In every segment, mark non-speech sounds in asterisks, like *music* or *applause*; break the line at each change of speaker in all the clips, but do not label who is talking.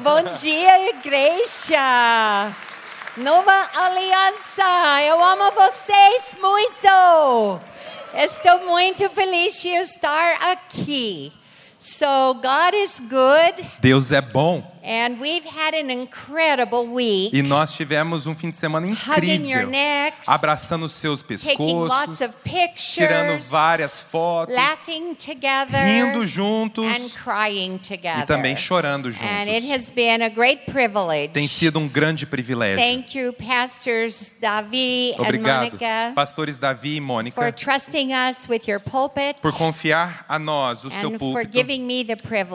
Bom dia, igreja! Nova Aliança! Eu amo vocês muito! Estou muito feliz de estar aqui. So, God is good,
Deus é bom
and we've had an incredible week.
e nós tivemos um fim de semana
Hugging your
incrível,
necks,
abraçando os seus
taking lots
pescoços,
of pictures,
tirando várias fotos,
laughing together,
rindo juntos
and crying together.
e também chorando
And it
juntos.
has been a great privilege.
Tem sido um grande privilégio.
Thank you, pastors Davi and
Obrigado,
Monica,
pastores Davi e
for
Mônica,
trusting us with your pulpit
por confiar a nós o seu
and for
púlpito,
giving me the
por me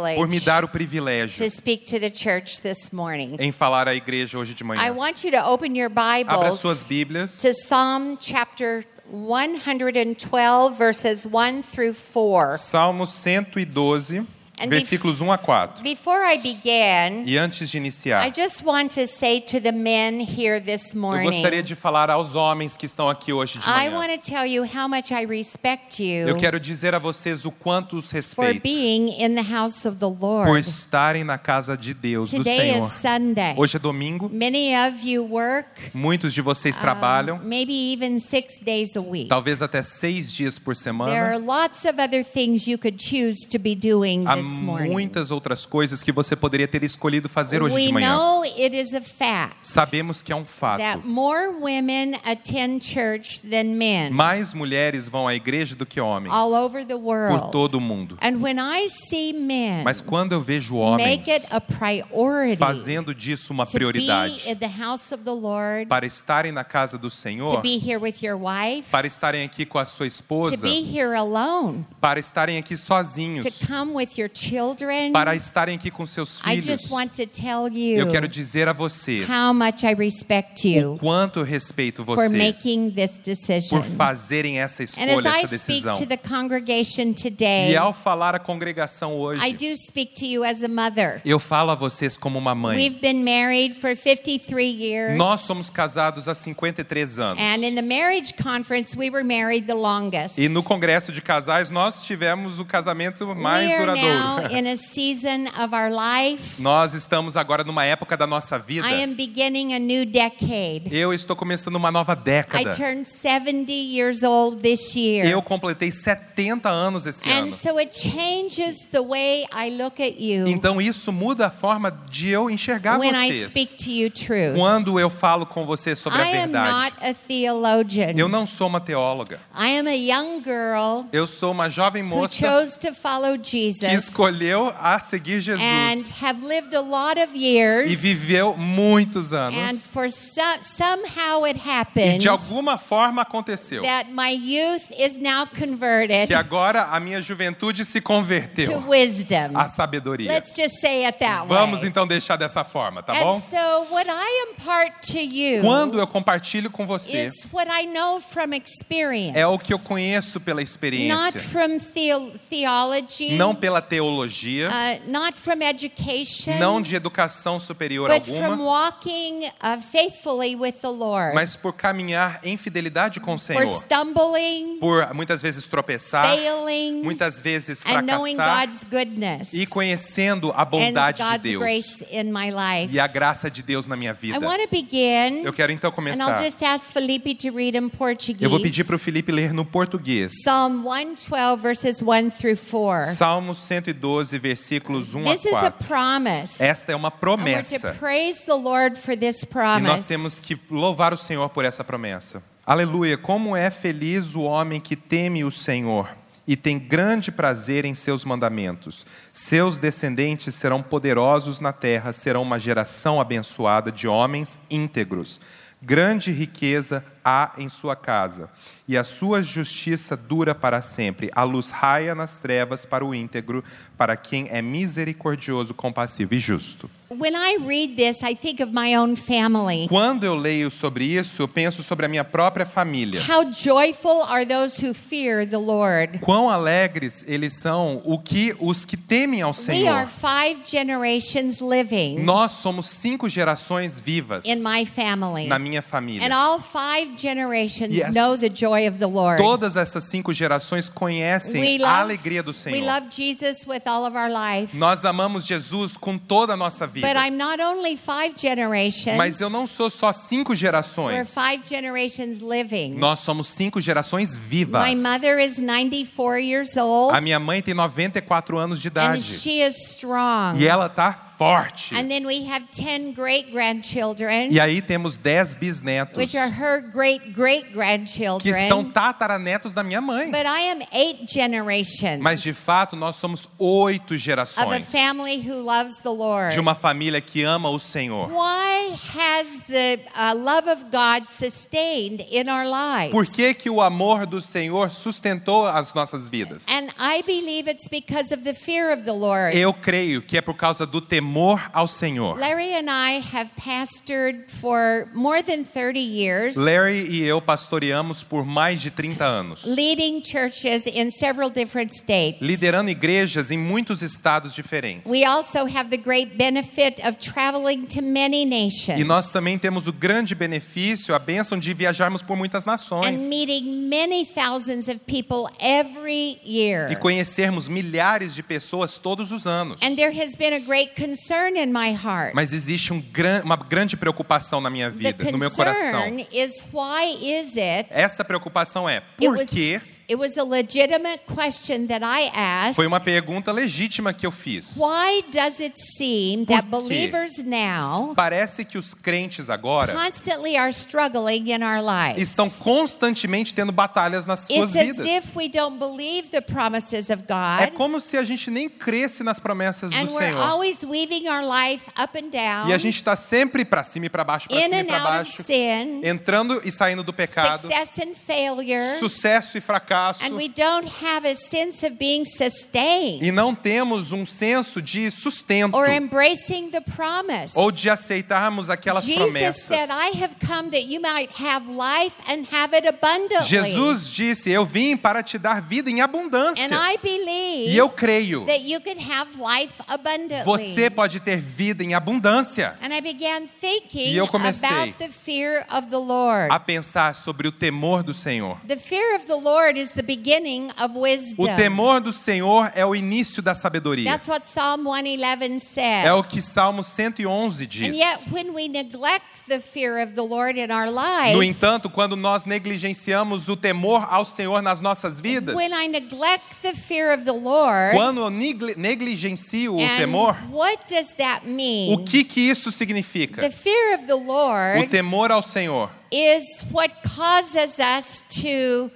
privilege
dar o privilégio
to speak to the church this morning.
em falar à igreja hoje de
I
manhã.
want you to open your
Abra suas
Bibles
Bíblias
to Psalm chapter 112, verses 1 through 4.
Salmo 112,
And
versículos 1 a 4.
Before I begin,
E antes de
I
iniciar,
just want to say to the men here this
eu
morning.
gostaria de falar aos homens que estão aqui hoje de
I
manhã.
want to tell you how much I respect you.
Eu quero dizer a vocês o quanto os
for
respeito
being in the house of the Lord.
por estarem na casa de Deus, do
Today
Senhor.
is Sunday.
Hoje é domingo,
Many of you work
muitos de vocês
um,
trabalham,
maybe even six days a week.
talvez até seis dias por
There are
semana.
lots of other things you could choose to be doing
Há
this morning.
muitas outras coisas que você poderia ter escolhido fazer hoje
We
de manhã.
know it is a fact
Sabemos que é um
that
fato.
more women attend church than men
Mais mulheres vão à igreja do que homens,
all over the
por
world.
todo o mundo.
And when I see men
Mas quando eu vejo
make it
homens
a priority
fazendo disso uma
to be
prioridade
in the house of the Lord,
para estarem na casa do
to
Senhor,
be here with your wife,
para estarem aqui com a sua
to
esposa,
be here alone,
para estarem aqui sozinhos,
to come with your children.
para estarem aqui com seus
I
filhos,
just want to tell you
eu quero dizer a vocês
how much I respect you
quanto eu respeito
for
vocês
making this decision.
por fazerem
And
essa
as
escolha,
I
essa
speak
decisão.
to the congregation
E
today,
ao falar à congregação
I
hoje,
do speak to you as a mother.
eu falo a vocês como uma mãe.
We've been married for 53 years.
Nós somos casados há 53 anos.
And in the marriage conference, we were married the longest.
E no congresso de casais nós tivemos o casamento mais
we are now
duradouro.
in a season of our life.
*laughs* Nós estamos agora numa época da nossa vida.
I am beginning a new decade.
Eu estou começando uma nova
I
década.
turned 70 years old this year.
Eu completei 70 anos esse
and
ano.
so it changes the way I look at you
Então isso muda a forma de eu enxergar
when I speak
vocês.
to you truth.
Quando eu falo com vocês sobre a
I am not
verdade.
a theologian.
Eu não sou uma teóloga.
I am a young girl
Eu sou uma jovem
who
moça
chose to follow
que
Jesus
escolheu a seguir
and
Jesus
have lived a lot of
e
years.
viveu muitos
and
anos.
for so- somehow it
E
happened
de alguma forma aconteceu.
that my youth is now converted
que agora a minha juventude se
to
converteu
wisdom.
à sabedoria.
Let's just say it that
Vamos
way.
então deixar dessa forma, tá
And
bom?
so what I impart to you
Quando eu compartilho com você,
is what I know from experience.
é o que eu conheço pela
Not
experiência,
from theo- theology.
não pela teologia,
uh, not from education.
não de educação superior
but from
alguma,
walking uh, faithfully with the Lord.
mas por caminhar em fidelidade com o
for
Senhor,
stumbling,
por muitas vezes tropeçar,
failing,
muitas vezes
and knowing
fracassar
God's goodness.
e conhecendo a
and
bondade de
God's
Deus
grace in my life.
e a graça de Deus na minha
I
vida.
want to begin,
Eu quero então
and I'll
começar.
just ask Felipe to read in Portuguese.
Eu vou pedir para o Felipe ler no português.
Psalm 112, verses 1 through 4.
Salmo 112, versículos 1 a
This is a
4.
promise.
Esta é uma
And we're to
promessa.
praise the Lord for this
E nós
promise.
temos que louvar o Senhor por essa promessa. Aleluia! Como é feliz o homem que teme o Senhor e tem grande prazer em seus mandamentos. Seus descendentes serão poderosos na terra, serão uma geração abençoada de homens íntegros. Grande riqueza há em sua casa, e a sua justiça dura para sempre. A luz raia nas trevas para o íntegro, para quem é misericordioso, compassivo e justo.
When I read this, I think of my own family.
Quando eu leio sobre isso, eu penso sobre a minha própria família.
How joyful are those who fear the Lord.
Quão alegres eles são o que os que temem ao
We are
Senhor.
five generations living
Nós somos cinco gerações vivas
in my family.
na minha
And
família.
all five five generations
Yes.
know the joy of the Lord.
Todas essas cinco gerações
We
conhecem
love-
a alegria do
We
Senhor.
love Jesus with all of our life.
Nós amamos Jesus com toda a nossa
But
vida.
I'm not only five generations.
Mas eu não sou só cinco
We're
gerações.
five generations living.
Nós somos cinco gerações vivas.
My mother is 94 years old
A minha mãe tem 94 anos de
and
idade
she is strong.
e ela tá forte.
And then we have 10 great grandchildren,
E aí temos 10 bisnetos
which are her great great
que são
grandchildren.
tataranetos da minha mãe.
But I am eight generations
Mas de fato nós somos oito
of a
gerações
family who loves the Lord.
de uma família que ama o Senhor.
Why has the uh, love of God sustained in our lives?
Por que, que o amor do Senhor sustentou as nossas vidas?
And I believe it's because of the fear of the Lord.
Eu creio que é por causa do temor ao Senhor.
Larry and I have pastored for more than 30 years,
Larry e eu pastoreamos por mais de 30 anos,
leading churches in several different states.
liderando igrejas em muitos estados diferentes.
We also have the great benefit of traveling to many nations
E nós também temos o grande benefício, a bênção de viajarmos por muitas
and
nações
meeting many thousands of people every year.
e conhecermos milhares de pessoas todos os anos.
É. And there has been a great concern in my heart.
Mas existe um gran- uma grande preocupação na minha
the
vida, no meu
concern
coração.
is why is it?
Essa preocupação é
it
por
was
que
it was a legitimate question that I asked.
foi uma pergunta legítima que eu fiz.
Why does it seem that
Por quê?
believers now
Parece que os crentes agora
constantly are struggling in our lives?
estão constantemente tendo batalhas nas
It's
suas
as
vidas.
if we don't believe the promises of
É
God,
como se a gente nem cresce nas promessas do
and we're
Senhor.
always weaving our life up and down,
E a gente está sempre para cima e para baixo, para
in
cima e
and
para
out of
baixo,
sin,
entrando e saindo do pecado,
success and failure,
sucesso e fracasso.
and we don't have a sense of being sustained
E não temos um senso de sustento
or embracing the promise.
ou de aceitarmos aquelas
Jesus said,
promessas.
"I have come that you might have life and have it abundantly."
Jesus disse: Eu vim para te dar vida em abundância.
And I believe
E eu creio,
that you can have life abundantly.
você pode ter vida em abundância
And I began thinking
E eu comecei
about the fear of the Lord.
a pensar sobre o temor do Senhor.
The fear of the Lord is the beginning of wisdom.
O temor do Senhor é o início da sabedoria.
That's what Psalm 111 says.
É o que Salmo 111
and
diz.
yet, when we neglect the fear of the Lord in our life,
No entanto, quando nós negligenciamos o temor ao Senhor nas nossas vidas,
when I neglect the fear of the Lord,
quando eu negli- negligencio o
and
temor,
what does that mean?
o que que isso significa?
the fear of the
O
Lord
temor ao Senhor
is what causes us to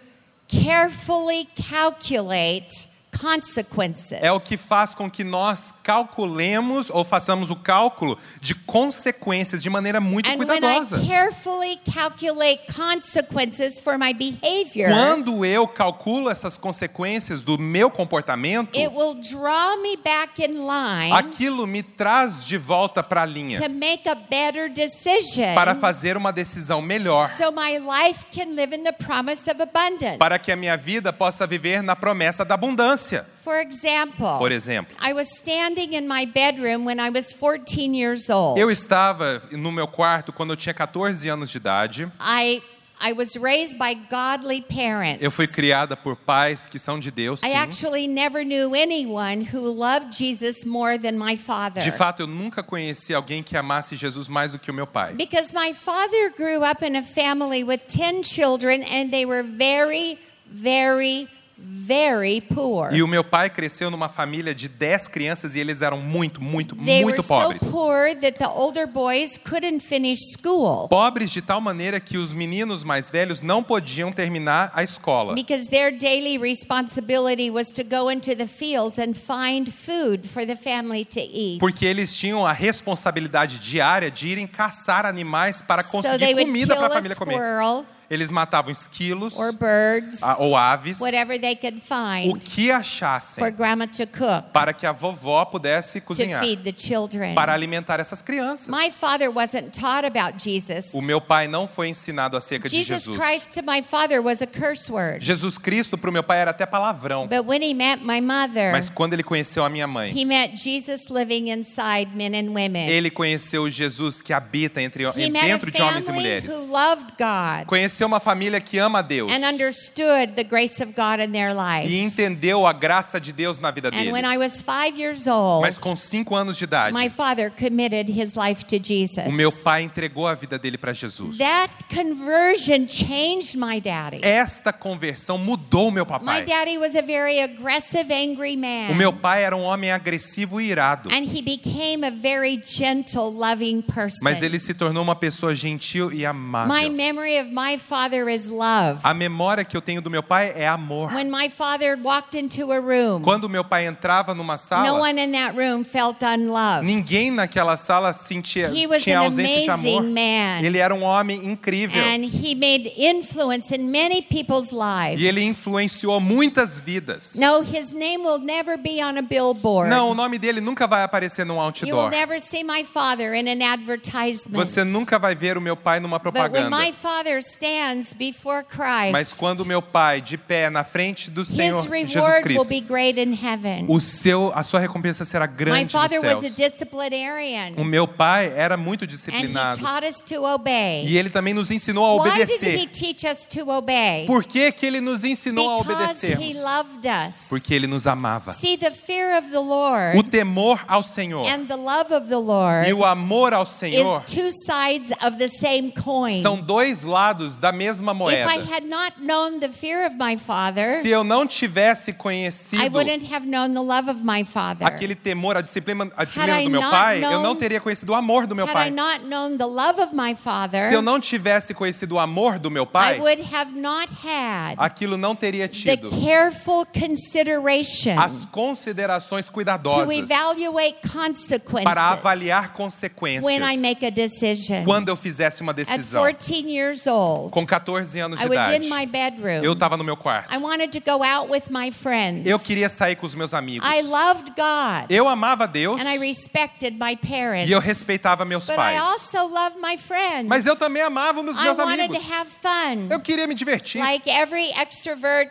carefully calculate consequences.
é o que faz com que nós calculemos ou façamos o cálculo de consequências de maneira muito
and when I
cuidadosa.
carefully calculate consequences for my behavior,
Quando eu calculo essas consequências do meu comportamento,
it will draw me back in line
aquilo me traz de volta para a
to
linha
make a better decision
para fazer uma decisão melhor,
so my life can live in the promise of abundance.
para que a minha vida possa viver na promessa da abundância,
for example,
por exemplo.
I was standing in my bedroom when I was 14 years old.
Eu estava no meu quarto quando eu tinha 14 anos de idade.
I I was raised by godly parents.
Eu fui criada por pais que são de Deus,
I
sim.
actually never knew anyone who loved Jesus more than my father.
De fato, eu nunca conheci alguém que amasse Jesus mais do que o meu pai.
Because my father grew up in a family with 10 children and they were very very very poor.
E o meu pai cresceu numa família de 10 crianças e eles eram muito, muito,
they were
muito pobres.
so poor that the older boys couldn't finish school
Pobres de tal maneira que os meninos mais velhos não podiam terminar a escola.
because their daily responsibility was to go into the fields and find food for the family to eat.
Porque eles tinham a responsabilidade diária de irem caçar animais para
so they
conseguir
would
comida para a
kill
família comer.
squirrel
Eles matavam esquilos,
or birds
Ah, ou aves.
whatever they could
o
find
que achassem.
for grandma to cook
para que a vovó pudesse
to
cozinhar,
feed the children.
para alimentar essas crianças.
my father wasn't taught about Jesus.
O meu pai não foi ensinado acerca de
Jesus
Jesus.
Christ to my father was a curse word.
Jesus Cristo para o meu pai era até palavrão,
but when he met my mother,
mas quando ele conheceu a minha mãe,
he met Jesus living inside men and women.
ele conheceu o Jesus que habita entre
he met
dentro
a
de homens e
family
mulheres.
who loved God.
ser uma família que ama a Deus
and understood the grace of God in their life.
e entendeu a graça de Deus na vida
And when I
deles.
was five years old,
Mas com cinco anos de idade,
my father committed his life to Jesus.
o meu pai entregou a vida dele para Jesus.
That conversion changed my daddy.
Esta conversão mudou o meu
My
papai.
daddy was a very aggressive, angry man.
O meu pai era um homem agressivo e irado,
And he became a very gentle, loving person.
mas ele se tornou uma pessoa gentil e
My
amável.
memory of my father is love.
A memória que eu tenho do meu pai é amor.
When my father walked into a room,
Quando meu pai entrava numa
no
sala,
one in that room felt unloved.
ninguém naquela sala sentia
He was
tinha
an
ausência de amor.
amazing man.
Ele era um homem incrível
And he made influence in many people's lives.
e ele influenciou muitas vidas.
No, his name will never be on a billboard.
Não, o nome dele nunca vai aparecer num
you will
outdoor.
never see my father in an advertisement.
Você nunca vai ver o meu pai numa
but when
propaganda.
my father stands before Christ,
Mas quando o meu pai de pé na frente do Senhor
his
Jesus
reward will
Cristo,
be great in heaven.
o seu, a sua recompensa será
my
grande nos
father was a
céus. O
disciplinarian,
meu pai era muito
and he
disciplinado
taught us to obey.
e ele também nos ensinou a
Why did he
obedecer.
teach us to obey?
Por que, que ele nos ensinou a
because he
obedecermos?
loved us.
Porque ele nos amava.
See, the fear of the Lord
O temor ao Senhor
and the love of the Lord
e o amor ao
É is
Senhor
two sides of the same coin.
são dois lados da mesma
if I
moeda.
had not known the fear of my father,
Se eu não tivesse
I
conhecido
wouldn't have known the love of my father.
aquele temor, a disciplina, a disciplina
I
do meu
not
pai, eu não
known-
teria conhecido o amor do meu
had I
pai.
not known the love of my father,
Se eu não tivesse conhecido o amor do meu pai,
I would have not had
aquilo não teria tido
the careful consideration
as considerações
to
cuidadosas
evaluate consequences
para avaliar
when I
consequências
make a decision.
quando eu fizesse uma
At
decisão.
14 years old,
Com 14 anos de
I was
idade,
in my bedroom.
eu estava no meu quarto.
I wanted to go out with my friends.
Eu queria sair com os meus amigos.
I loved God
Eu amava Deus
and I respected my parents.
e eu respeitava meus
but I
pais.
also loved my friends.
Mas eu também amava os
I
meus
wanted to
amigos.
have fun.
Eu queria me divertir.
Like every extrovert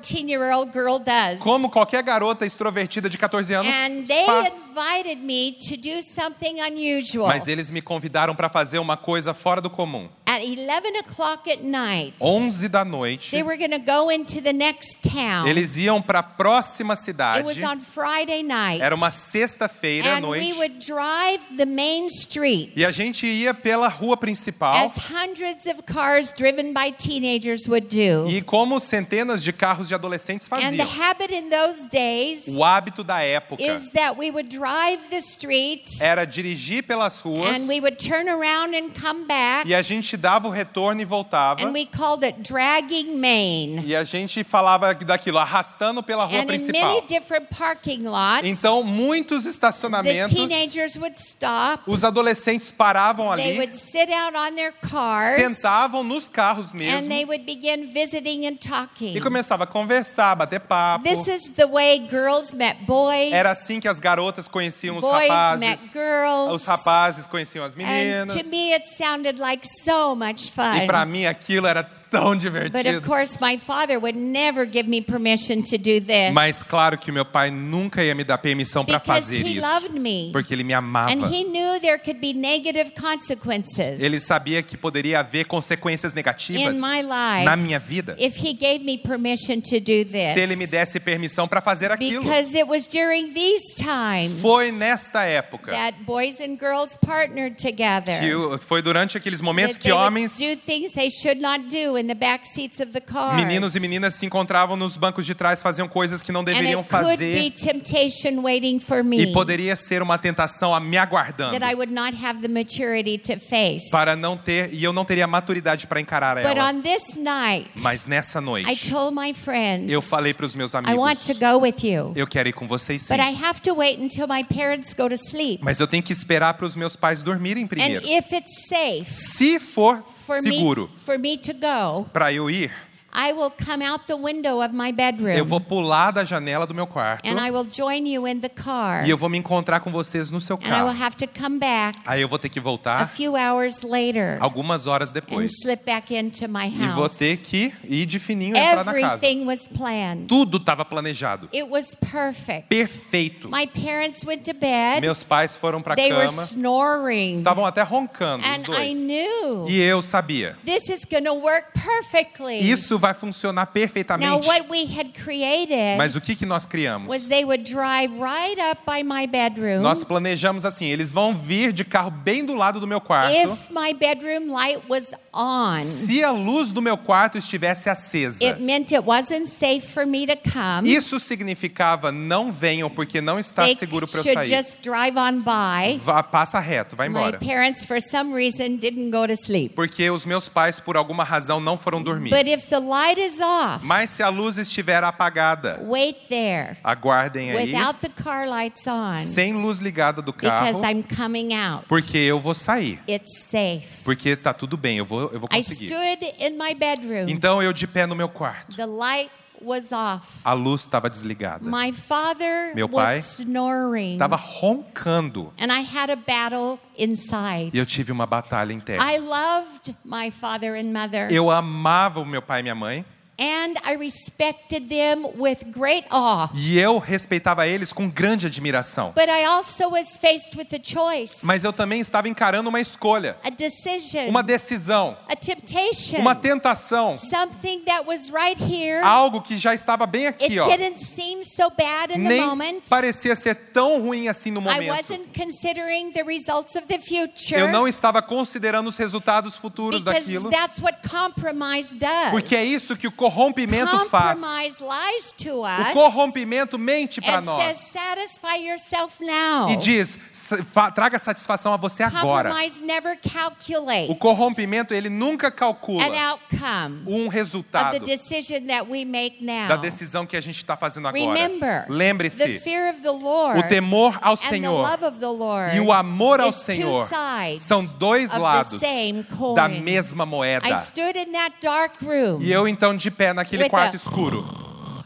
14-year-old girl does.
Como qualquer garota extrovertida de 14 anos
and they
faz.
invited me to do something unusual.
Mas eles me convidaram para fazer uma coisa fora do comum.
At 11 o'clock at night,
11 da noite,
they were going to go into the next town.
eles iam para a próxima
it
cidade.
was on Friday night.
Era uma sexta-feira à
and we
noite.
would drive the main streets.
E a gente ia pela rua principal.
as hundreds of cars driven by teenagers would do.
E como centenas de carros de adolescentes
and the
faziam.
habit in those days
O hábito da época
is that we would drive the streets
era dirigir pelas ruas.
and we would turn around and come back
E a gente dava o retorno e voltava.
and we called it dragging Maine.
E a gente falava daquilo, arrastando pela rua
And in
principal.
many different parking lots,
Então, muitos
the
estacionamentos,
teenagers would stop.
os adolescentes paravam
They
ali,
would sit out on their cars
sentavam nos carros
and they
mesmo
would begin visiting and talking.
e começava a conversar, bater papo.
This is the way girls met boys.
Era assim que as garotas conheciam os
Boys met
rapazes.
girls.
Os rapazes conheciam as
And
meninas.
to me, it sounded like so much fun.
E para mim aquilo era tão
but of
divertido.
course, my father would never give me permission to do this
Mas claro que meu pai nunca ia me dar permissão para
because
fazer
he
isso,
loved me.
porque ele me amava.
And he knew there could be negative consequences
Ele sabia que poderia haver consequências negativas
in my life
na minha vida
if he gave me permission to do this.
se ele me desse permissão para fazer aquilo.
because it was during these times
Foi nesta época
that boys and girls partnered together.
que o- foi durante aqueles momentos
that they
que
would
homens,
do things they should not do in the back seats of the car.
meninos e meninas se encontravam nos bancos de trás, faziam coisas que não
And
deveriam
it could be
fazer
temptation waiting for me
e poderia ser uma tentação a me aguardando
that I would not have the maturity to face.
para não ter e eu não teria maturidade para encarar
But
ela.
on this night,
Mas nessa
I
noite
told my friends,
eu falei para os meus
I want to
amigos,
go with you,
eu quero ir com vocês sim,
but I have to wait until my parents go to sleep.
mas eu tenho que esperar para os meus pais dormirem
And
primeiro.
if it's safe
Se for
for me
seguro
for me to go,
para eu ir,
I will come out the window of my bedroom
Eu vou pular da janela do meu quarto
and I will join you in the car.
e eu vou me encontrar com vocês no seu
and I will
carro. Ah,
have to come back
Aí eu vou ter que
a
voltar
few hours later
algumas horas
and
depois
slip back into my
e vou
house.
ter que ir de fininho entrar na casa.
Everything was planned.
Tudo estava planejado,
It was perfect.
perfeito.
My parents went to bed.
Meus pais foram para
they were
cama,
snoring.
estavam até roncando os
and I
dois.
knew
E eu sabia.
this is going to work perfectly.
Isso vai funcionar
Now,
perfeitamente.
what we had created
Mas o que, que nós
was
criamos?
they would drive right up by my bedroom.
Nós planejamos assim: eles vão vir de carro bem do lado do meu quarto.
if my bedroom light was on,
Se a luz do meu quarto estivesse acesa,
it meant it wasn't safe for me to come.
isso significava não venham porque não está
they
seguro para eu
should
sair.
just drive on by.
Vá, passa reto, vai
My
embora.
parents, for some reason, didn't go to sleep.
Porque os meus pais, por alguma razão, não foram dormir.
But if the light is off,
Mas se a luz estiver apagada,
wait there
aguardem aí,
without the car lights on
sem luz ligada do carro,
because I'm coming out.
porque eu vou sair.
It's safe.
Porque tá tudo bem, eu vou, eu vou
I
conseguir.
stood in my bedroom.
Então eu de pé no meu quarto.
The light was off.
A luz estava desligada.
My father
Meu pai
was snoring.
Estava roncando.
And I had a battle inside.
E eu tive uma batalha interna.
I loved my father and mother.
Eu amava o meu pai e minha mãe.
And I respected them with great awe.
E eu respeitava eles com grande admiração.
But I also was faced with a choice,
Mas eu também estava encarando uma escolha,
a decision,
uma decisão,
a temptation,
uma tentação,
something that was right here.
algo que já estava bem
It
aqui, ó.
didn't seem so bad in the
Nem
moment.
parecia ser tão ruim assim no
I
momento.
wasn't considering the results of the future.
Eu não estava considerando os resultados futuros
Because
daquilo,
that's what compromise does.
porque é isso que o corrompimento faz.
compromise lies to us.
O corrompimento mente para
and says,
nós
satisfy yourself now.
e diz: "S- fa- traga satisfação a você agora.
Compromise never calculates
O corrompimento ele nunca calcula
an outcome
um
of the
resultado
decision that we make now.
da decisão que a gente está fazendo agora.
Remember, the
Lembre-se,
fear of the Lord
o temor ao
and the
Senhor
love of the Lord
e o amor ao
is two
Senhor
sides
são dois
of the
lados
same coin.
da mesma moeda.
I stood in that dark room,
E eu então de pé naquele
With
quarto
a-
escuro,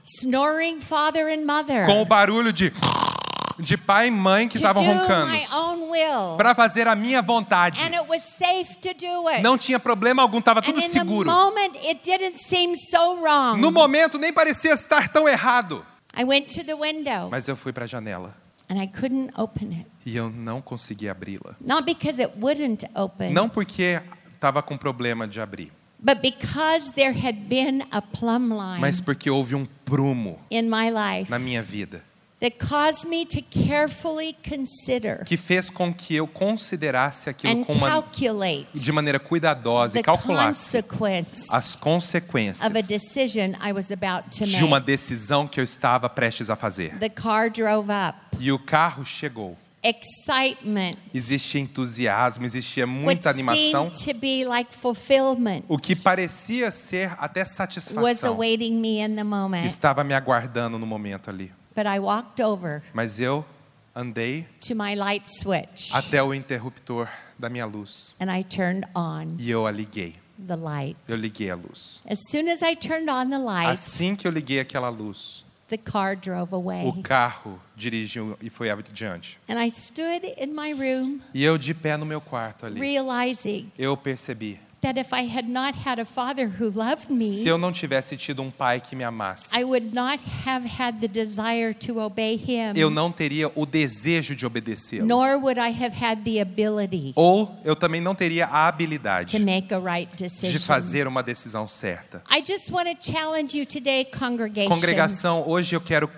snoring father and mother,
com o barulho de de pai e mãe que
to
estavam
do
roncando,
my own will,
para fazer a minha vontade.
and it was safe to do it.
Não tinha problema algum, estava
and
tudo
in
seguro.
the moment, it didn't seem so wrong.
No momento nem parecia estar tão errado,
I went to the window,
mas eu fui para a janela
and I couldn't open it.
e eu não consegui abri-la.
Not because it wouldn't open,
Não porque estava com problema de abrir,
but because there had been a plumb line
mas porque houve um prumo
in my life
na minha vida
that caused me to carefully consider
que fez com que eu considerasse aquilo
and
com uma,
calculate
de maneira cuidadosa
the
e calculasse
consequence
as
of a
consequências
decision I was about to
de uma
make.
decisão que eu estava prestes a fazer.
The car drove up.
E o carro chegou.
Excitement,
Existia entusiasmo, existia
which
muita animação.
seemed to be like fulfillment,
O que parecia ser até
was
satisfação
awaiting me in the moment.
estava me aguardando no momento ali.
But I walked over
Mas eu andei
to my light switch
até o interruptor da minha luz
and I turned on
e eu a liguei.
the light.
Eu liguei a luz.
As soon as I turned on the light,
Assim que eu liguei aquela luz,
the car drove away.
o carro dirigiu e foi adiante.
And I stood in my room
E eu de pé no meu quarto ali,
realizing
eu percebi.
that if I had not had a father who loved
Se
me,
eu não tivesse tido um pai que me amasse,
I would not have had the desire to obey him,
eu não teria o desejo de obedecê-lo.
nor would I have had the ability
Ou eu também não teria a
to
habilidade
make a right
de
decision.
fazer uma decisão certa.
I just want to challenge you today, congregation,
Congregação, hoje eu quero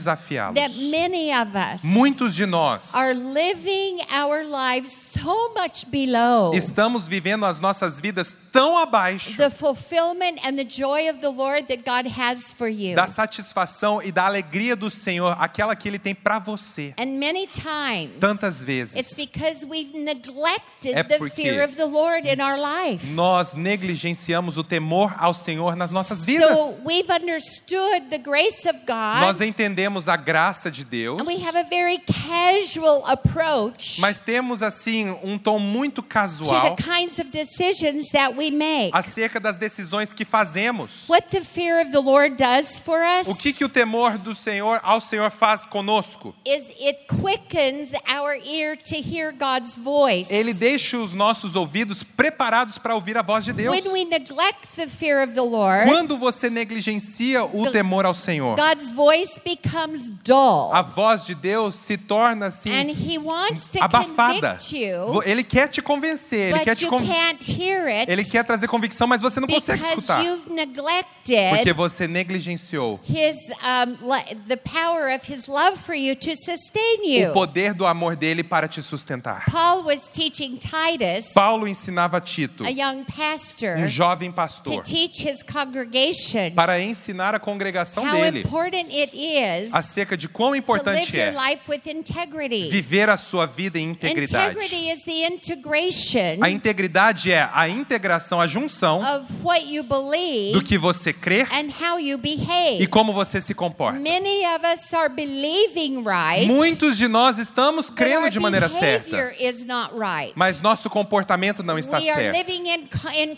that
desafiá-los.
many of us
Muitos de nós
are living our lives so much below
estamos vivendo as nossas vidas tão abaixo
the fulfillment and the joy of the Lord that God has for you.
da satisfação e da alegria do Senhor, aquela que Ele tem para você.
And many times,
Tantas
it's
vezes
because we've neglected
É
the
porque
fear of the Lord in our life.
nós negligenciamos o temor ao Senhor nas nossas
So
vidas.
we've understood the grace of God,
Nós entendemos a graça de Deus,
and we have a very casual approach
mas temos assim um tom muito
to
casual
the kinds of decisions decisions that we make.
acerca das decisões que fazemos.
What the fear of the Lord does for us
O que, que o temor do Senhor ao Senhor faz conosco?
is it quickens our ear to hear God's voice.
Ele deixa os nossos ouvidos preparados para ouvir a voz de Deus.
When we neglect the fear of the Lord,
Quando você negligencia o temor ao Senhor,
God's voice becomes dull.
a voz de Deus se torna
and
assim
he wants to
abafada.
convict you,
Vo- Ele quer te convencer, ele
but
quer te
you
con-
can't hear it
ele quer trazer convicção, mas você não consegue
because
escutar,
you've neglected
porque você negligenciou
his um, li- the power of his love for you to sustain
o
you.
poder do amor dele para te sustentar.
Paul was teaching Titus,
Paulo ensinava a Tito,
a young pastor,
um jovem
to
pastor,
teach his congregation
para ensinar a congregação
how
dele
important it is
acerca de quão
to live
importante
your
é
life with integrity.
viver a sua vida em integridade.
Integrity is the integration
A integridade é a integração, a junção
of what you
do
believe
que você crê
and how you
e
behave.
como você se comporta.
Many of us are believing right.
Muitos de nós estamos
but our
crendo de maneira
behavior
certa,
is not right.
mas nosso comportamento não está
we are
certo.
living in, co- in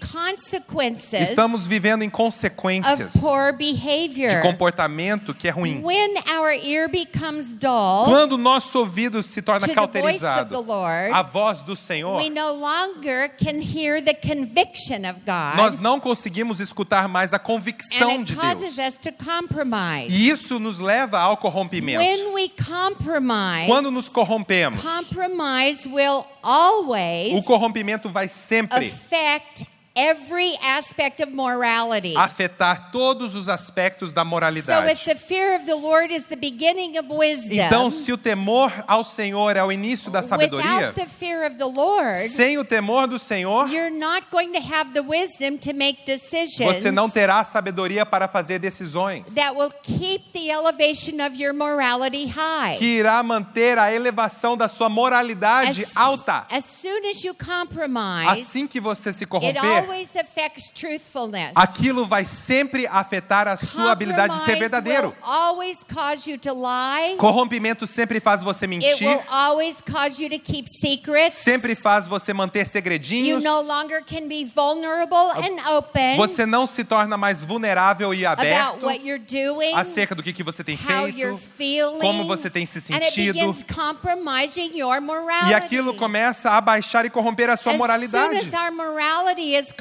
consequences
Estamos vivendo em
of
consequências
poor
de
behavior.
comportamento que é ruim.
When our ear becomes dull,
Quando o nosso ouvido se torna
To the voice of
cauterizado,
the Lord,
a voz do Senhor,
we no longer can hear the conviction of God,
nós não conseguimos escutar mais a
and
convicção
it
de
causes
Deus.
us to compromise.
E isso nos leva ao corrompimento.
When we compromise,
Quando nos corrompemos,
compromise will always
o corrompimento vai sempre
affect every aspect of morality.
afetar todos os aspectos da
So if
moralidade.
the fear of the Lord is the beginning of wisdom,
Então, se o temor ao Senhor é o início da sabedoria,
without the fear of the Lord,
sem o temor do Senhor,
you're not going to have the wisdom to make decisions
você não terá a sabedoria para fazer decisões
that will keep the elevation of your morality high.
que irá manter a elevação da sua moralidade
as,
alta.
as soon as you compromise,
Assim que você se
it
corromper,
always affects truthfulness.
aquilo vai sempre afetar a sua habilidade de ser
Compromise
verdadeiro.
will always cause you to lie.
Corrompimento sempre faz você
It
mentir,
will always cause you to keep secrets.
sempre faz você manter
You
segredinhos.
no longer can be vulnerable and open
Você não se torna mais vulnerável e
about
aberto
what you're doing,
acerca do que, que você tem
how you're
feito,
feeling,
como você tem se
and it
sentido.
begins compromising your morality.
E aquilo começa a baixar e corromper a sua
as
moralidade.
soon as our morality is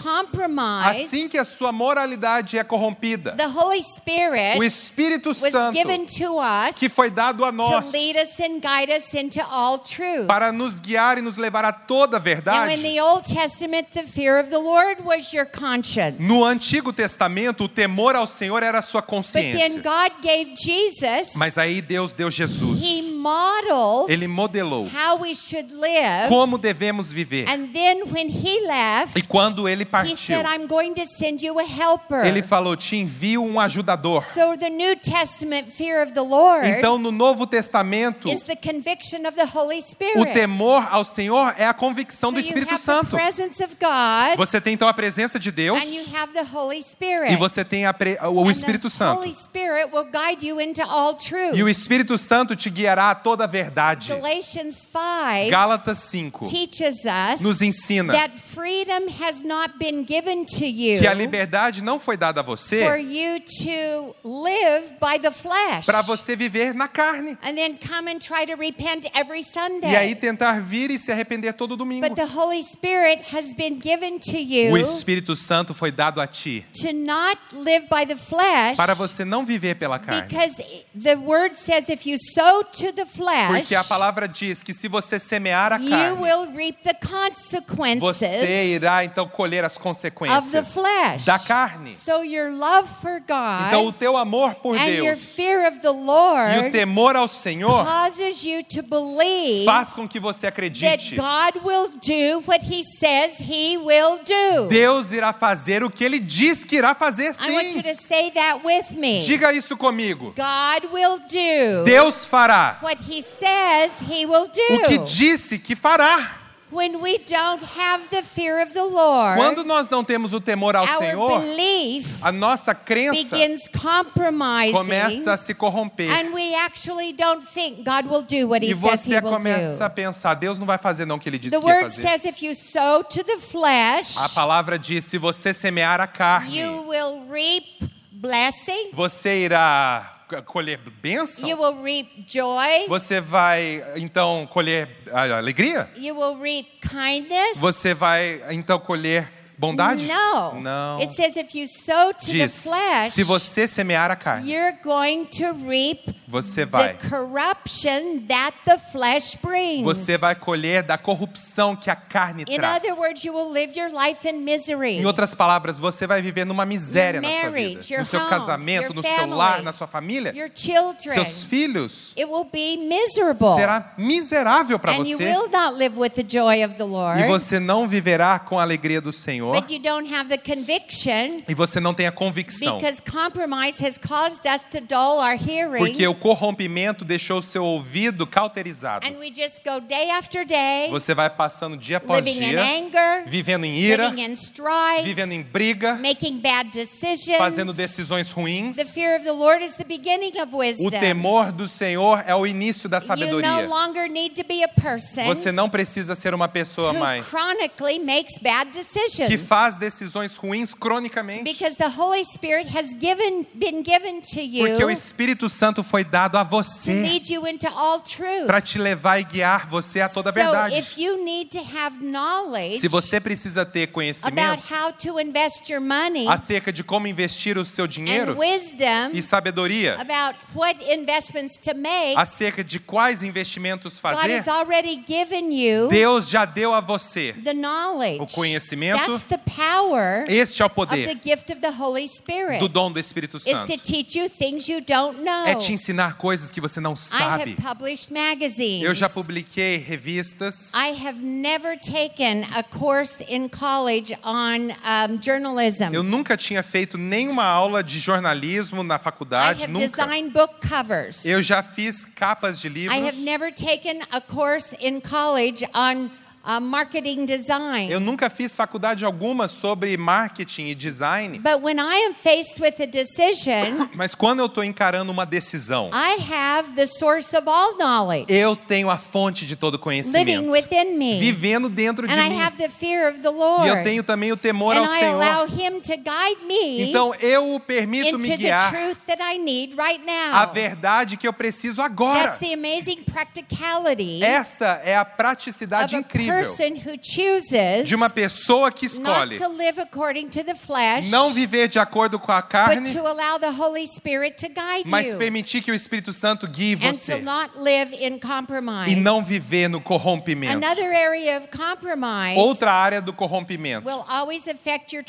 compromised,
Assim que a sua moralidade é corrompida,
the Holy Spirit
o Espírito
was
Santo
given to us
que foi dado a
to
nós
lead us and guide us into all truth.
para nos guiar e nos levar a toda a
Now, in
verdade.
the Old Testament, the fear of the Lord was your conscience.
No Antigo Testamento, o temor ao Senhor era a sua
but then
consciência.
God gave Jesus.
Mas aí Deus deu
He
Jesus.
modeled
Ele modelou
how we should live.
como devemos viver.
And then when he left,
E quando ele
he
partiu,
said, I'm going to send you a helper.
ele falou: Te envio um ajudador.
So the New Testament fear of the Lord
Então, no Novo Testamento,
is the conviction of the Holy Spirit.
o temor ao Senhor é a
so
convicção do
you
Espírito
have
Santo.
the presence of God
Você tem então a presença de Deus
and you have the Holy Spirit.
e você tem a pre- o
And
Espírito
the Holy
Santo.
Spirit will guide you into all truth.
E o Espírito Santo te guiará a toda a verdade.
Galatians 5
Gálatas 5
teaches us
nos ensina
that freedom has not been given to you.
que a liberdade não foi dada a
for
você
you to live by the flesh.
para você viver na carne
And then come and try to repent every Sunday.
e aí tentar vir e se arrepender todo domingo.
But the Holy Spirit has been given to you
O Espírito Santo foi dado a ti
to not live by the flesh.
para você não viver pela carne.
Because the word says if you sow to the flesh,
Porque a palavra diz que se você semear a
you
carne,
will reap the
você
consequences
irá então colher as
of the
consequências.
flesh.
da carne.
So your love for God
Então o teu amor por
and your
Deus
fear of the
e o
Lord
temor ao Senhor
causes you to believe
faz com que você
that
acredite.
God will do what he says he will do.
Deus irá fazer o que ele diz que irá fazer
I want you
sim.
to say that with me.
Diga isso comigo.
God will do
Deus fará
what he says he will do.
o que disse que fará.
when we don't have the fear of the Lord,
Quando nós não temos o temor ao
our
Senhor,
belief
a nossa crença
begins compromising,
começa a se corromper.
and we actually don't think God will do what He
E
says He
você
will
começa a
do.
pensar, Deus não vai fazer não o que ele disse
The
que ia
Word
fazer.
says, if you sow to the flesh,
A palavra diz, se você semear a carne,
you will reap blessing,
você irá c- colher bênção?
you will reap joy,
Você vai, então, colher a- alegria?
you will reap kindness.
Você vai, então, colher bondade?
No.
Não.
It says if you sow to the
Diz,
flesh,
se você semear a carne,
é you're going to reap
você vai.
the corruption that the flesh brings.
Você vai colher da corrupção que a carne
In
traz.
other words, you will live your life in misery.
Em outras palavras, você vai viver numa miséria
Your
na sua vida.
marriage, your
No seu
home,
casamento,
your
no seu
family,
lar, na sua família.
your children.
Seus filhos
it will be miserable.
será miserável para
and you
você.
will not live with the joy of the Lord.
E você não viverá com a alegria do Senhor.
But you don't have the conviction
E você não tem a convicção.
because compromise has caused us to dull our hearing.
Porque o corrompimento deixou o seu ouvido cauterizado.
and we just go day after day
Você vai passando dia após
living in
dia,
anger,
vivendo em ira,
living in strife,
vivendo em briga,
making bad decisions.
fazendo decisões ruins.
The fear of the Lord is the beginning of
O
wisdom.
temor do Senhor é o início da
you no
sabedoria.
longer need to be a person
Você não precisa ser uma pessoa
who
mais
chronically makes bad decisions.
que faz decisões ruins cronicamente.
because the Holy Spirit has given been given to you
Porque o Espírito Santo foi dado a
to
você
lead you into all truth.
para te levar e guiar você a toda a
So
verdade.
if you need to have knowledge
Se você precisa ter
about
conhecimento
how to invest your money
acerca de como investir o seu
and
dinheiro
wisdom
e sabedoria
about what investments to make,
acerca de quais investimentos
God
fazer,
has already given you
Deus já deu a você.
the knowledge.
o conhecimento. e
That's the power
Este é o
of the
poder
gift of the Holy Spirit.
do dom do Espírito
Is to
Santo.
teach you things you don't know.
É te ensinar coisas que você não
I have
sabe.
published magazines.
Eu já publiquei revistas.
I have never taken a course in college on um, journalism.
Eu nunca tinha feito nenhuma aula de jornalismo na
I
faculdade,
have
nunca.
designed book covers.
Eu já fiz capas de
I have
livros.
never taken a course in college on uh, marketing design.
Eu nunca fiz faculdade alguma sobre marketing e design.
But when I am faced with a decision,
Mas quando eu estou encarando uma decisão,
I have the source of all knowledge
eu tenho a fonte de todo
living
conhecimento
within me.
vivendo dentro de
And I
mim.
have the fear of the
E
Lord.
eu tenho também o temor ao
and I allow
Senhor.
Him to guide me
Então eu o permito me
into the
guiar
truth that I need right
a
now.
verdade que eu preciso agora.
That's the amazing practicality
Esta é a
of
praticidade
a
incrível
person who chooses
de uma pessoa que
not
escolhe
to live according to the flesh,
não viver de acordo com a
but
carne,
to allow the Holy Spirit to guide
mas
you
permitir que o Espírito Santo guie
and to
você
not live in compromise.
e não viver no corrompimento.
Another area of compromise
Outra área do corrompimento
will always affect your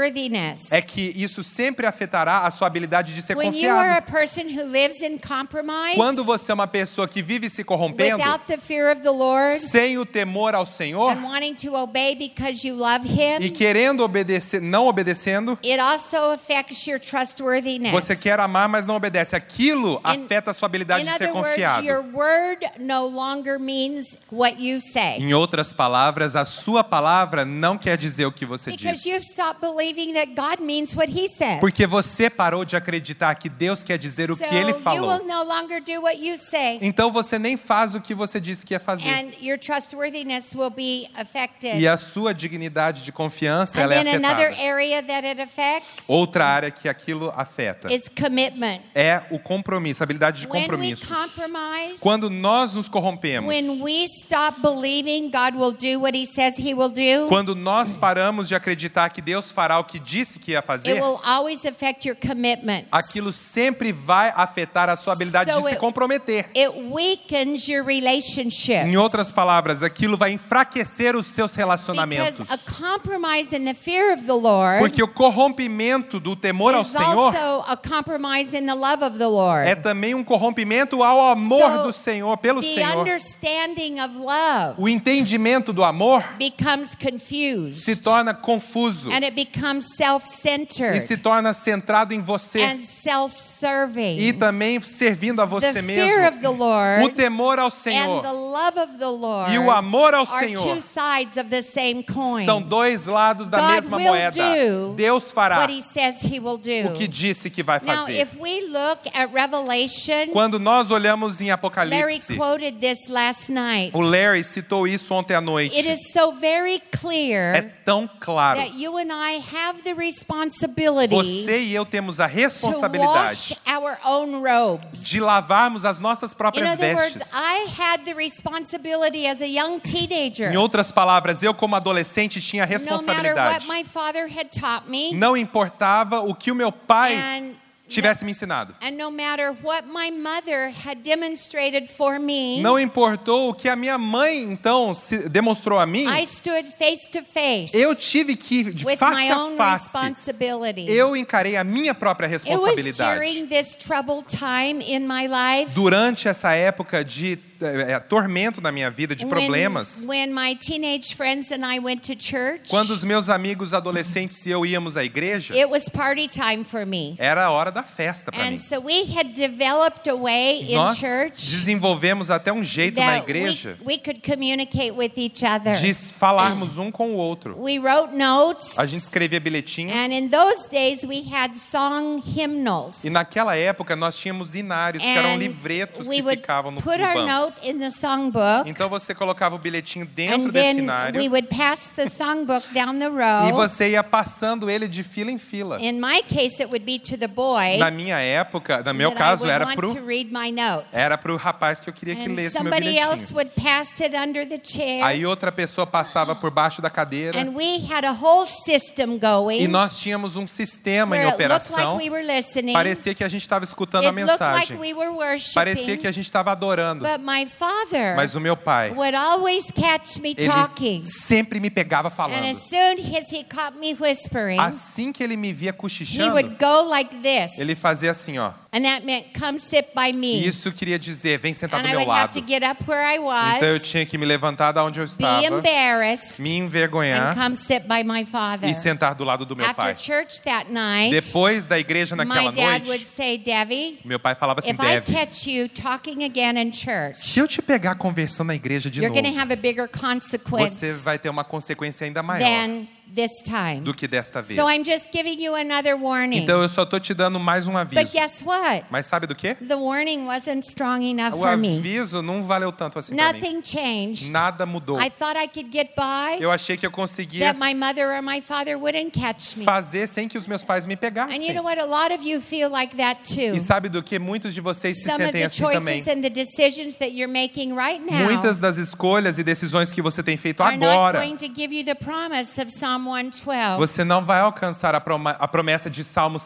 trustworthiness.
é que isso sempre afetará a sua habilidade de ser
When you are a
confiado.
person who lives in compromise
Quando você é uma pessoa que vive se corrompendo,
without the fear of the Lord
sem o temor ao Senhor
and wanting to obey because you love Him,
Oh. e querendo obedecer, não obedecendo,
it also affects your trustworthiness.
Você quer amar, mas não obedece. Aquilo
In-
afeta a sua habilidade
In
de ser
other words,
confiado.
your word no longer means what you say.
Em outras palavras, a sua palavra não quer dizer o que você
Because
diz.
you've stopped believing that God means what he says.
Porque você parou de acreditar que Deus quer dizer o
so
que ele
you will
falou.
no longer do what you say.
Então você nem faz o que você disse que ia fazer.
And your trustworthiness will be affected.
E a sua dignidade de confiança
and
ela é
then another
afetada.
area that it affects
Outra área que aquilo afeta
is commitment.
é o compromisso, a habilidade de
When we
compromisso.
compromise,
Quando nós nos corrompemos,
when we stop believing God will do what he says he will do,
quando nós paramos de acreditar que Deus fará o que disse que ia
it
fazer,
will always affect your commitment.
aquilo sempre vai afetar a sua habilidade
So
de se
it-
comprometer.
It weakens your relationship.
Em outras palavras, aquilo vai enfraquecer os seus
because
relacionamentos.
a compromise in the fear of the Lord
Porque o corrompimento do temor ao
is
Senhor
also a compromise in the love of the Lord.
é também um corrompimento ao amor
So,
do Senhor, pelo
the
Senhor.
understanding of love
O entendimento do amor
becomes confused
se torna confuso
and it becomes
e
self-centered
se torna centrado em você
and
e
self-serving.
também servindo a
The
você
fear
mesmo.
of the Lord
O temor ao
and
Senhor
the love of the Lord
e o amor ao
are are
Senhor
two sides of the same coin.
são dois lados da
God
mesma
will
moeda.
do
Deus fará
What he says he will do.
o que disse que vai
Now,
fazer.
if we look at Revelation,
Quando nós olhamos em
Larry
Apocalipse,
quoted this last night.
o Larry citou isso ontem à noite.
It is so very
É
clear
tão claro.
that you and I have the responsibility
Você e eu temos a
to wash
responsabilidade
our own robes.
de lavarmos as nossas
In
próprias
other words,
vestes.
I had the responsibility as a young teenager.
Em outras palavras, eu, como adolescente, tinha a
No matter what
responsabilidade.
my father had taught me,
Não importava o que o meu pai
and
tivesse me ensinado.
and no matter what my mother had demonstrated for me,
Não importou o que a minha mãe, então, se- demonstrou a mim.
I stood face to face
Eu tive que, de
with
face
my
a
own
face,
responsibility.
eu encarei a minha própria
It was
responsabilidade.
during this troubled time in my life.
Durante essa época de eh, eh, tormento na minha vida, de
when-
problemas,
When, my teenage friends and I went to church,
quando os meus amigos adolescentes e eu íamos à igreja,
it was party time for me.
era a hora da festa para mim.
And so we had developed a way in
Nós
church
desenvolvemos até um jeito na
that
igreja
we, we could communicate with each other.
de falarmos um com o outro.
We wrote notes,
A gente escrevia bilhetinho
and in those days we had song hymnals.
e naquela época nós tínhamos inários, que eram
and
livretos
we
que
would
ficavam no, no
put our
banco.
note in the songbook,
Então você colocava o bilhetinho dentro
and
desse
then
inário
we would pass the songbook down the
e
row.
você ia passando ele de fila em fila.
In my case, it would be to the boy.
Na minha época, no meu
that
caso,
I would
era
want to
pro,
read my notes.
era pro rapaz que eu queria que
and
lesse meu
somebody else
bilhetinho.
would pass it under the chair.
Aí outra pessoa passava por baixo da cadeira
and we had a whole system going
e nós tínhamos um sistema
where
em
it looked
operação.
like we were listening.
Parecia que a gente estava escutando a
it looked like
mensagem.
we were
Parecia
worshiping.
que a gente estava adorando.
but my father
Mas o meu pai,
would always catch me talking.
ele sempre me pegava
And as
falando.
soon as he caught me whispering,
Assim que ele me via
he
cochichando,
would go like this.
ele fazia assim, ó.
and that meant, come sit by
E
me.
isso queria dizer, vem sentar
and
do
I
meu
would have
lado.
to get up where I was,
Então eu tinha que me levantar da onde eu
be
estava,
embarrassed,
me
and
envergonhar
come sit by my father.
e sentar do lado do meu
After
pai.
church that night,
Depois da igreja naquela
my dad would
noite,
say, Debbie,
meu pai falava assim,
if I
Deve,
catch you talking again in church,
se eu te pegar conversando na igreja de
you're
novo,
going to have a bigger consequence
você vai ter uma consequência ainda maior
than this time.
do que desta vez.
So I'm just giving you another warning.
Então eu só tô te dando mais um
but
aviso.
guess what?
Mas sabe do quê?
The warning wasn't strong enough
O
for me.
aviso não valeu tanto assim pra mim.
Nothing changed.
Nada mudou.
I thought I could get by,
Eu achei que eu conseguia
that my mother or my father wouldn't catch me.
fazer sem que os meus pais
And
me
you
pegassem.
know what? A lot of you feel like that too.
E sabe do que? Muitos de vocês se
Some of
sentem
the
assim
choices
também.
and the decisions that you're making right now
Muitas das escolhas e decisões que você tem feito
are not
agora,
going to give you the promise of Psalm 112.
você não vai alcançar a, proma- a promessa de Salmo
Your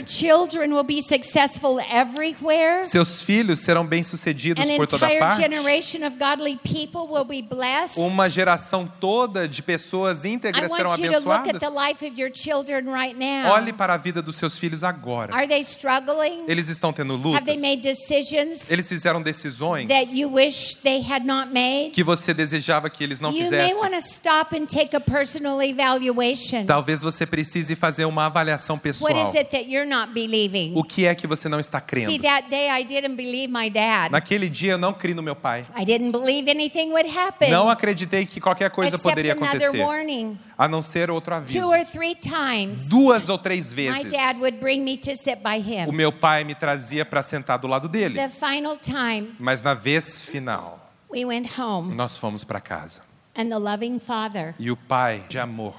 112.
children will be successful everywhere.
Seus filhos serão bem-sucedidos
An
por toda
entire
parte.
generation of godly people will be blessed.
Uma geração toda de pessoas
I
íntegras serão
want you to look at
abençoadas.
the life of your children right now.
Olhe para a vida dos seus filhos agora.
Are they struggling?
Eles estão tendo
Have they
lutas.
made decisions
Eles fizeram decisões
that you wish they had not made?
que você desejava que eles não
You may
fizessem.
want to stop and take a personal evaluation.
Talvez você precise fazer uma avaliação
What
pessoal.
is it that you're not believing?
O que é que você não está
See,
crendo?
that day I didn't believe my dad.
Naquele dia eu não criei no meu pai.
I didn't believe anything would happen.
Não acreditei que qualquer coisa
except
poderia
another
acontecer,
warning.
a não ser outro
Two
aviso.
or three times,
Duas ou três
my
vezes,
dad would bring me to sit by
o
him.
meu pai me trazia para sentar do lado dele.
The final time,
Mas na vez final,
we went home,
nós fomos para casa.
and the loving father
E o pai, de amor,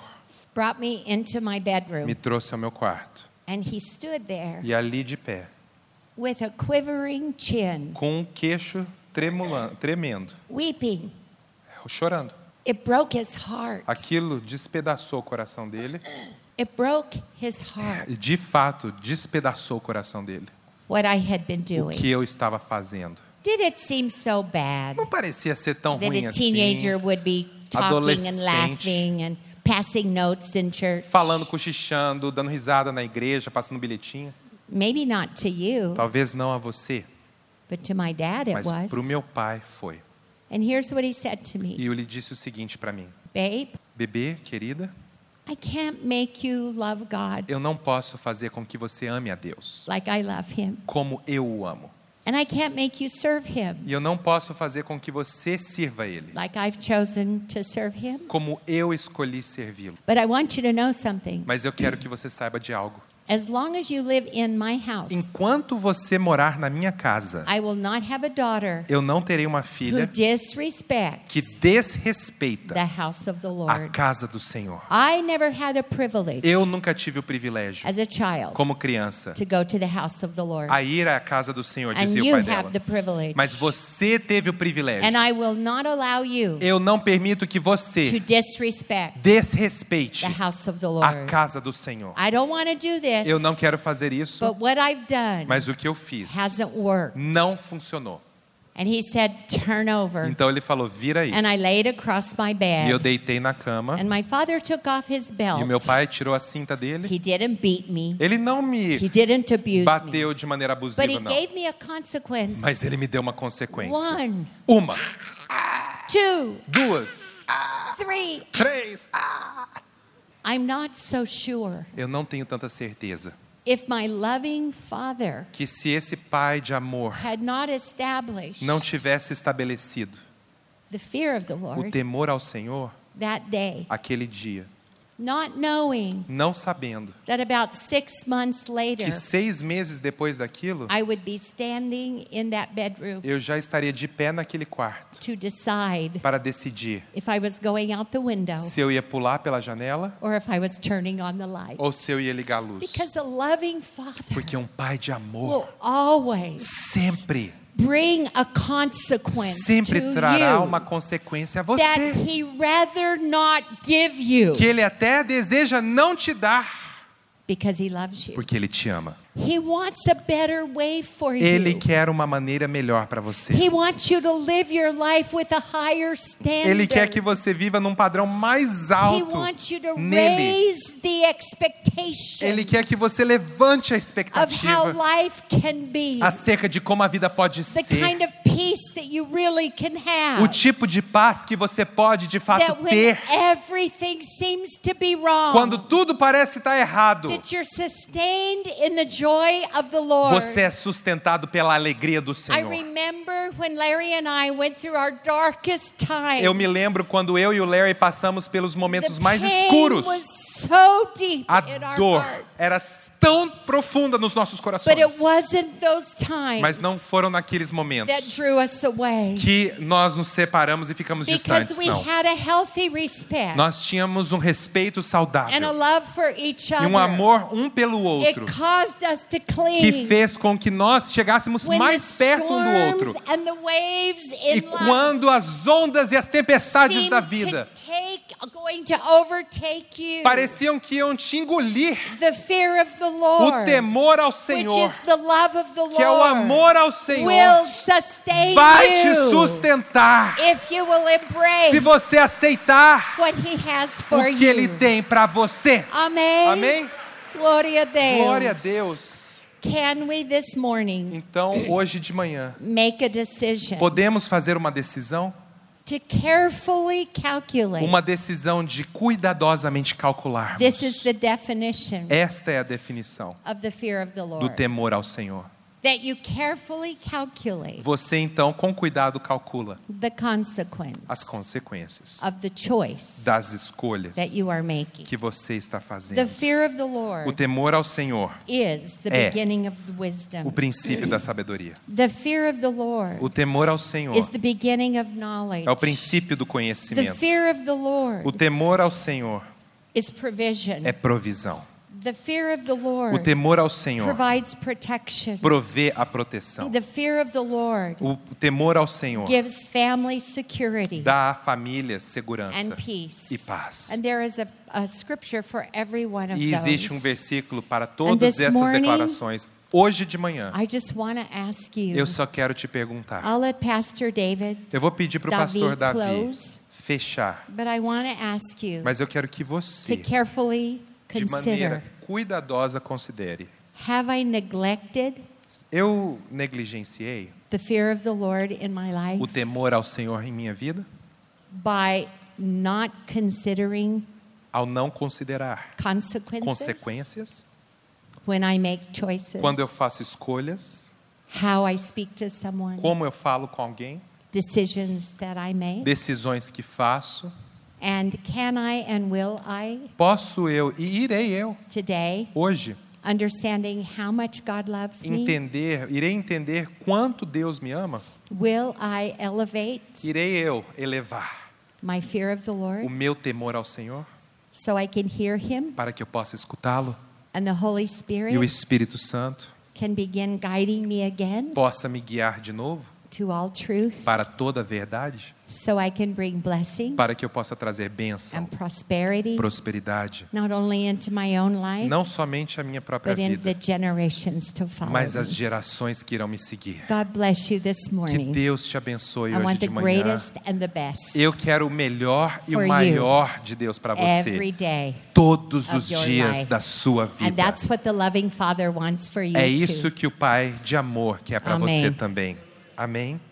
brought me into my
me
bedroom,
trouxe ao meu quarto.
and he stood there
E ali de pé,
with a quivering chin,
com o queixo tremulan- tremendo,
weeping.
chorando.
It broke his heart.
Aquilo despedaçou o coração dele.
It broke his heart,
E de fato, despedaçou o coração dele.
what I had been
O
doing.
que eu estava fazendo.
Did it seem so bad?
Não parecia ser tão
that
ruim
a
assim.
teenager would be talking and
Adolescente.
laughing and passing notes in church.
falando, cochichando, dando risada na igreja, passando bilhetinho.
Maybe not to you,
Talvez não a você,
but to my dad it
mas
was.
para o meu pai foi.
And here's what he said to me
E eu lhe disse o seguinte para mim:
Babe,
Bebê, querida,
I can't make you love God
eu não posso fazer com que você ame a Deus
like I love him.
como eu o amo.
And I can't make you serve him
E eu não posso fazer com que você sirva Ele,
like I've chosen to serve him.
como eu escolhi servi-lo.
But I want you to know something.
Mas eu quero que você saiba de algo.
As long as you live in my house,
Enquanto você morar na minha casa,
I will not have a daughter
eu não terei uma
who
filha que
disrespects the
desrespeita
house of the
a
Lord.
casa do Senhor.
I never had a privilege
Eu nunca tive o privilégio,
as a child
como criança,
to go to the house of the Lord.
a ir à casa do Senhor,
And
dizia o
you
pai dela.
have the privilege.
Mas você teve o
And
privilégio.
I will not allow you
Eu não permito que
to
você
disrespect
desrespeite
the house of the
a
Lord.
casa do Senhor.
I don't want to do this.
Eu não quero fazer isso,
But what I've done
mas o que eu fiz
hasn't worked.
não funcionou.
And he said, "Turn over."
Então ele falou: vira aí.
And I laid across my
E eu
bed.
deitei na cama
And my father took off his belt.
e o meu pai tirou a cinta dele.
He didn't beat me.
Ele não
He
me
didn't abuse me.
bateu de maneira
But he
abusiva, não.
gave me a consequence.
Mas ele me deu uma consequência.
One,
Uma,
two,
duas,
three.
três. Ah!
I'm not so sure
Eu não tenho tanta certeza
if my loving father
que se esse pai de amor
had not established
não tivesse estabelecido
the fear of the
o
Lord
temor ao Senhor
that day,
aquele dia,
not knowing
não sabendo
that about six months later,
que seis meses depois daquilo,
I would be standing in that bedroom
eu já estaria de pé naquele quarto
to decide
para decidir
if I was going out the window
se eu ia pular pela janela
or if I was turning on the light.
ou se eu ia ligar a luz.
Because a loving father
Porque um pai de amor
will always
sempre,
bring a consequence
sempre
to
trará
you
uma consequência a
that
você
he rather not give you
que ele até deseja não te dar,
because he loves you.
porque ele te ama.
He wants a better way for
Ele
you.
quer uma maneira melhor para você.
He wants you to live your life with a higher standard.
Ele quer que você viva num padrão mais
he
alto
wants you to
nele.
raise the expectation
Ele quer que você levante a
of how
expectativa
life can be.
acerca de como a vida pode
The kind
ser,
of peace that you really can have.
o tipo de paz que você pode de
that
fato
when
ter
everything seems to be wrong,
quando tudo parece estar errado.
that you're sustained in the joy of the Lord.
Você é sustentado pela alegria do
I
Senhor.
remember when Larry and I went through our darkest times.
Eu me lembro quando eu e o Larry passamos pelos momentos
the
mais
pain
escuros.
was so deep
A
in our
dor
hearts.
era tão profunda nos nossos corações.
But it wasn't those times
Mas não foram naqueles
that
momentos
drew us away.
que nós nos separamos e ficamos
Because
distantes,
we
não.
had a healthy respect
Nós tínhamos um respeito
and a
saudável
love for each
e
other.
um amor um pelo outro
it caused us to
que
cling
fez com que nós chegássemos
when
mais
the
perto um do
storms
outro.
And the waves in
E quando as ondas e as
love
tempestades
seemed
da vida
to take, going to overtake you,
pareciam que iam te engolir,
the fear of the
o
Lord,
temor ao
which
Senhor,
is the love of the Lord,
que é o amor ao Senhor,
will sustain
vai te
you
sustentar.
if you will embrace
Se você aceitar
what He has for
o que Ele
you.
tem para você.
Amém.
Amém?
Glória a Deus.
Glória a Deus.
Can we this morning
Então, hoje de manhã,
make a decision
podemos fazer uma decisão?
to carefully calculate?
Uma decisão de cuidadosamente calcularmos.
This is the definition
Esta é a definição
of the fear of the
do
Lord.
temor ao Senhor.
That you carefully calculate
Você, então, com cuidado, calcula
the consequence
as consequências
of the choice
das escolhas
that you are making.
que você está
The
fazendo.
fear of the
O
Lord
temor ao Senhor,
is the
é
beginning of the
o
wisdom.
princípio da sabedoria.
The fear of the
O
Lord
temor ao Senhor
is the beginning of knowledge.
é o princípio do
The
conhecimento.
fear of the
O
Lord
temor ao Senhor
is
é
provision.
provisão.
The fear of the
O
Lord
temor ao Senhor
provides protection.
provê a proteção.
The fear of the Lord
O temor ao Senhor
gives family security.
dá à família segurança
and peace.
e paz.
And there is a, a scripture for every one of
E existe um
those.
versículo para
And
todas
this
essas
morning,
declarações. Hoje de manhã,
I just want to ask you.
eu só quero te perguntar.
I'll let Pastor David,
Eu vou pedir para o
Davi,
pastor Davi
close.
fechar,
but I want to ask you
mas eu quero que
to
você,
carefully
de maneira
consider:
cuidadosa, considere.
Have I neglected
Eu negligenciei
the fear of the Lord in my life
o temor ao Senhor em minha vida
by not considering
ao não considerar
consequences
consequências
when I make choices?
quando eu faço escolhas
how I speak to someone,
como eu falo com alguém,
decisions that I make,
decisões que faço.
and can I and will I
Posso eu e irei eu
today,
hoje
understanding how much God loves me,
entender, irei entender quanto Deus me ama.
will I elevate
Irei eu elevar
my fear of the
o
Lord
meu temor ao Senhor
so I can hear Him
para que eu possa escutá-lo
and the Holy
e o
Spirit
Espírito Santo
can begin guiding me again
possa me guiar de novo
to all truth
para toda a verdade,
so I can bring blessing
para que eu possa trazer bênção,
and prosperity
prosperidade,
not only into my own life
não somente a minha própria
but in the
vida,
generations to follow.
mas as
me.
gerações que irão me seguir.
God bless you this
Que
morning.
Deus te abençoe
I
hoje
want the
de manhã.
greatest and the best
Eu quero o melhor e
For
o
you.
maior de Deus para
every
você
day.
todos
of
os
your
dias
life.
da sua
And
vida.
that's what the loving Father wants for you
É
too.
isso que o Pai de amor quer para
Amém.
você também. Amém.